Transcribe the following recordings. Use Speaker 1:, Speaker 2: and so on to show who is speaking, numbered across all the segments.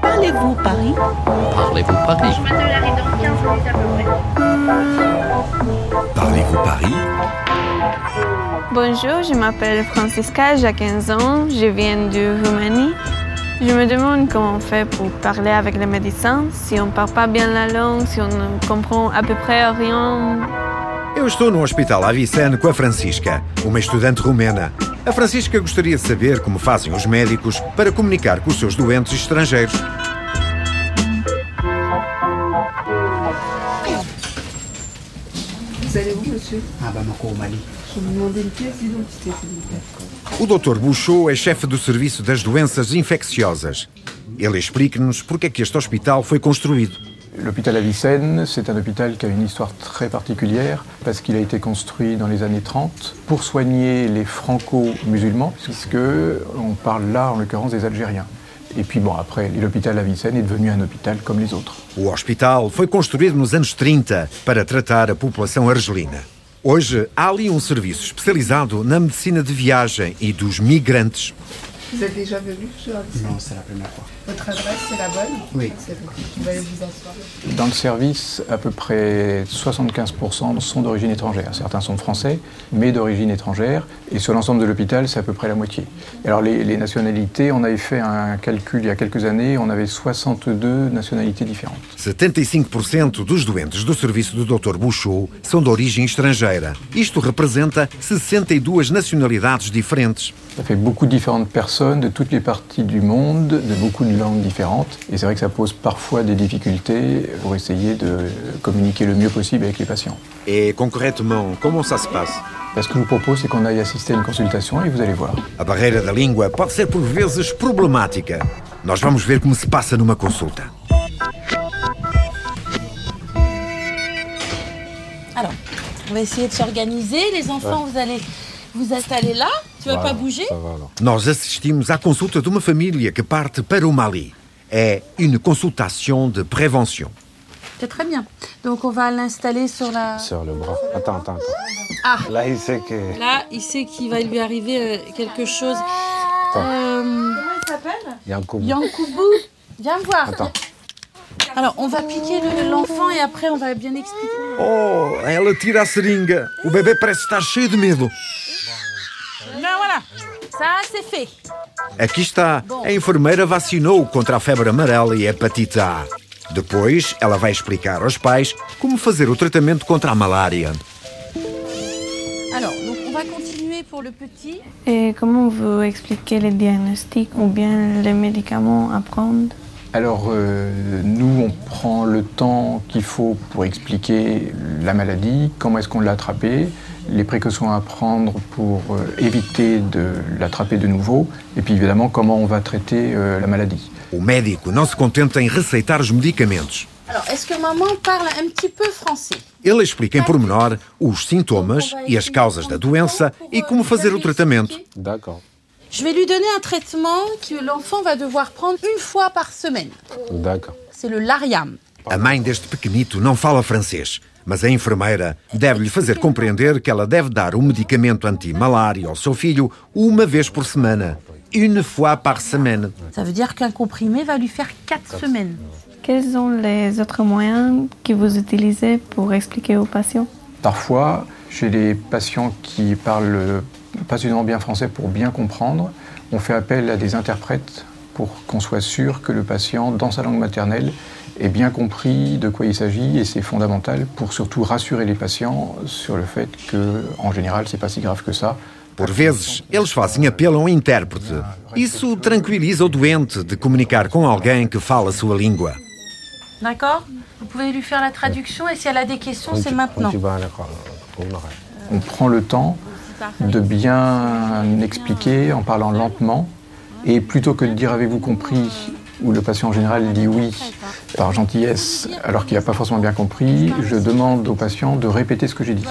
Speaker 1: Parlez-vous Paris
Speaker 2: Parlez-vous Paris
Speaker 3: Je m'attendais à arriver dans 15 minutes à peu près.
Speaker 4: Parlez-vous Paris
Speaker 5: Bonjour, je m'appelle Francisca, j'ai 15 ans, je viens de Roumanie. Je me demande comment on fait pour parler avec les médecins, si on ne parle pas bien la langue, si on ne comprend à peu près rien.
Speaker 4: Eu estou no Hospital Avicenne com a Francisca, uma estudante rumena. A Francisca gostaria de saber como fazem os médicos para comunicar com os seus doentes estrangeiros.
Speaker 6: Vous allez où, monsieur
Speaker 7: Ah, Bamako, au Mali.
Speaker 6: Je vais vous demander une pièce d'identité, s'il vous plaît.
Speaker 4: O Dr. Bouchot é chefe do Serviço das Doenças Infecciosas. Ele explica-nos porque é que este hospital foi construído.
Speaker 8: L'hôpital Avicenne, c'est un hôpital qui a une histoire très particulière parce qu'il a été construit dans les années 30 pour soigner les franco-musulmans, puisque on parle là en l'occurrence des Algériens. Et puis bon, après, l'hôpital Avicenne est devenu un hôpital comme les autres.
Speaker 4: O hospital foi construído nos anos 30 para tratar a população argelina. Hoje há ali um serviço especializado na medicina de viagem e dos migrantes.
Speaker 6: Vous êtes déjà venu sur Avicenne
Speaker 7: Non, c'est la première fois.
Speaker 6: hein, Votre adresse, c'est la bonne
Speaker 7: Oui.
Speaker 6: C'est bon. Vous allez vous asseoir.
Speaker 8: Dans le service, à peu près 75% sont d'origine étrangère. Certains sont français, mais d'origine étrangère. Et sur l'ensemble de l'hôpital, c'est à peu près la moitié. Alors les, les nationalités, on avait fait un calcul il y a quelques années, on avait 62 nationalités différentes.
Speaker 4: 75% dos doentes do serviço do Dr. Bouchot são de origem estrangeira. Isto representa 62 nacionalidades diferentes.
Speaker 8: Ça fait beaucoup de différentes personnes de toutes les parties du monde, de beaucoup de langues différentes. Et c'est vrai que ça pose parfois des difficultés pour essayer de communiquer le mieux possible avec les patients.
Speaker 4: Et concrètement, comment ça se passe?
Speaker 8: Parce que je vous propose, c'est qu'on aille assister à une consultation et vous allez voir.
Speaker 4: A barreira da língua pode ser por vezes problemática. Nós vamos ver como se passa numa consulta.
Speaker 9: Alors, on va essayer de s'organiser. Les enfants, vous allez vous installer là. Tu vas pas bouger
Speaker 4: Nós assistimos à consulta de uma família que parte para o Mali. É une consultation de prévention.
Speaker 9: C'est très bien. Donc, on va l'installer sur la.
Speaker 10: Sur le bras. Attends, attends, attends.
Speaker 9: Ah.
Speaker 10: Là, il sait que.
Speaker 9: Là, il sait qu'il va lui arriver euh, quelque chose. Euh,
Speaker 10: Il y a un coup.
Speaker 9: Yankoubou, viens voir.
Speaker 10: Attends.
Speaker 9: Alors, on va piquer le- l'enfant et après, on va bien expliquer.
Speaker 4: Oh, ela tira a seringa. O bebê parece estar cheio de medo.
Speaker 9: Ben voilà, ça, c'est fait.
Speaker 4: Aqui está. A enfermeira vacinou contra a febre amarela e a hepatite A. Depois, ela vai explicar aos pais como fazer o tratamento contra a malária.
Speaker 9: Alors, donc, on va continuer pour le petit.
Speaker 5: Et comment vous expliquez les diagnostics ou bien les médicaments à prendre
Speaker 8: Alors, euh, nous, on prend le temps qu'il faut pour expliquer la maladie, comment est-ce qu'on l'a attrapée, les précautions à prendre pour euh, éviter de l'attraper de nouveau, et puis évidemment, comment on va traiter euh, la maladie.
Speaker 4: O médico não se contenta em receitar os medicamentos.
Speaker 9: Alors, est-ce que maman parle un petit peu français
Speaker 4: Ele explica em pormenor os sintomas e as causas da doença e como fazer o tratamento.
Speaker 10: D'accord.
Speaker 9: Je vais lui donner un traitement que l'enfant va devoir prendre une fois par semaine.
Speaker 10: D'accord.
Speaker 9: C'est le Lariam.
Speaker 4: A mãe deste pequenito não fala francês, mas a enfermeira deve-lhe fazer compreender que ela deve dar o medicamento anti-malária ao seu filho uma vez por semana. Une fois par semaine.
Speaker 9: Ça veut dire qu'un comprimé va lui faire 4 semaines.
Speaker 5: Quels sont les autres moyens que vous utilisez pour expliquer aux patients
Speaker 8: Parfois, chez les patients qui parlent pas suffisamment bien français pour bien comprendre, on fait appel à des interprètes pour qu'on soit sûr que le patient, dans sa langue maternelle, ait bien compris de quoi il s'agit et c'est fondamental pour surtout rassurer les patients sur le fait que, en général, c'est pas si grave que ça.
Speaker 4: Por vezes, eles fazem apelo a um intérprete. Isso tranquiliza o doente de comunicar com alguém que fala a sua língua.
Speaker 9: D'accord Vous pouvez lui faire la traduction et si elle a des questions, c'est maintenant.
Speaker 10: Tu vas à la croix. Pour le reste.
Speaker 8: On prend le temps de bien expliquer en parlant lentement et plutôt que de dire avez-vous compris où le patient en général dit oui par gentillesse alors qu'il n'a pas forcément bien compris, je demande au patient de répéter ce que j'ai dit.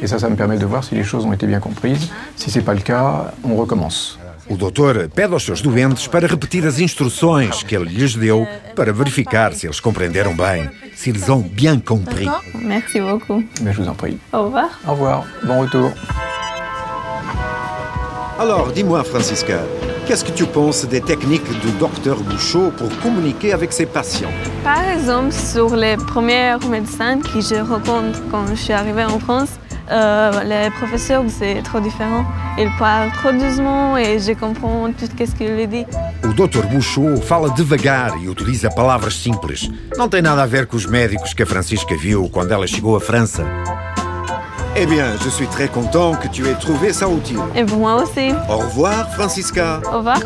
Speaker 8: Et ça, ça me permet de voir si les choses ont été bien comprises. Si ce n'est pas le cas, on recommence.
Speaker 4: O doutor pede aos seus doentes para repetir as instruções que ele lhes deu para verificar se eles compreenderam bem, se eles ont bien compris.
Speaker 9: D'accord
Speaker 5: Merci beaucoup.
Speaker 8: Mais je vous en prie.
Speaker 5: Au revoir.
Speaker 8: Au revoir, bon retour.
Speaker 4: Alors, dis-moi, Francisca, Qu'est-ce que tu penses des techniques du docteur Bouchot pour communiquer avec ses patients
Speaker 5: Par exemple, sur les premiers médecins que je rencontre quand je suis arrivée en France, euh, les professeurs, c'est trop différent. Ils parlent trop doucement et je comprends tout ce qu'ils disent.
Speaker 4: O Dr. Bouchot fala devagar e utiliza palavras simples. Não tem nada a ver com os médicos que a Francisca viu quando ela chegou à França. Eh bien, je suis très content que tu aies trouvé ça utile.
Speaker 5: Et pour moi aussi.
Speaker 4: Au revoir, Francisca.
Speaker 5: Au revoir.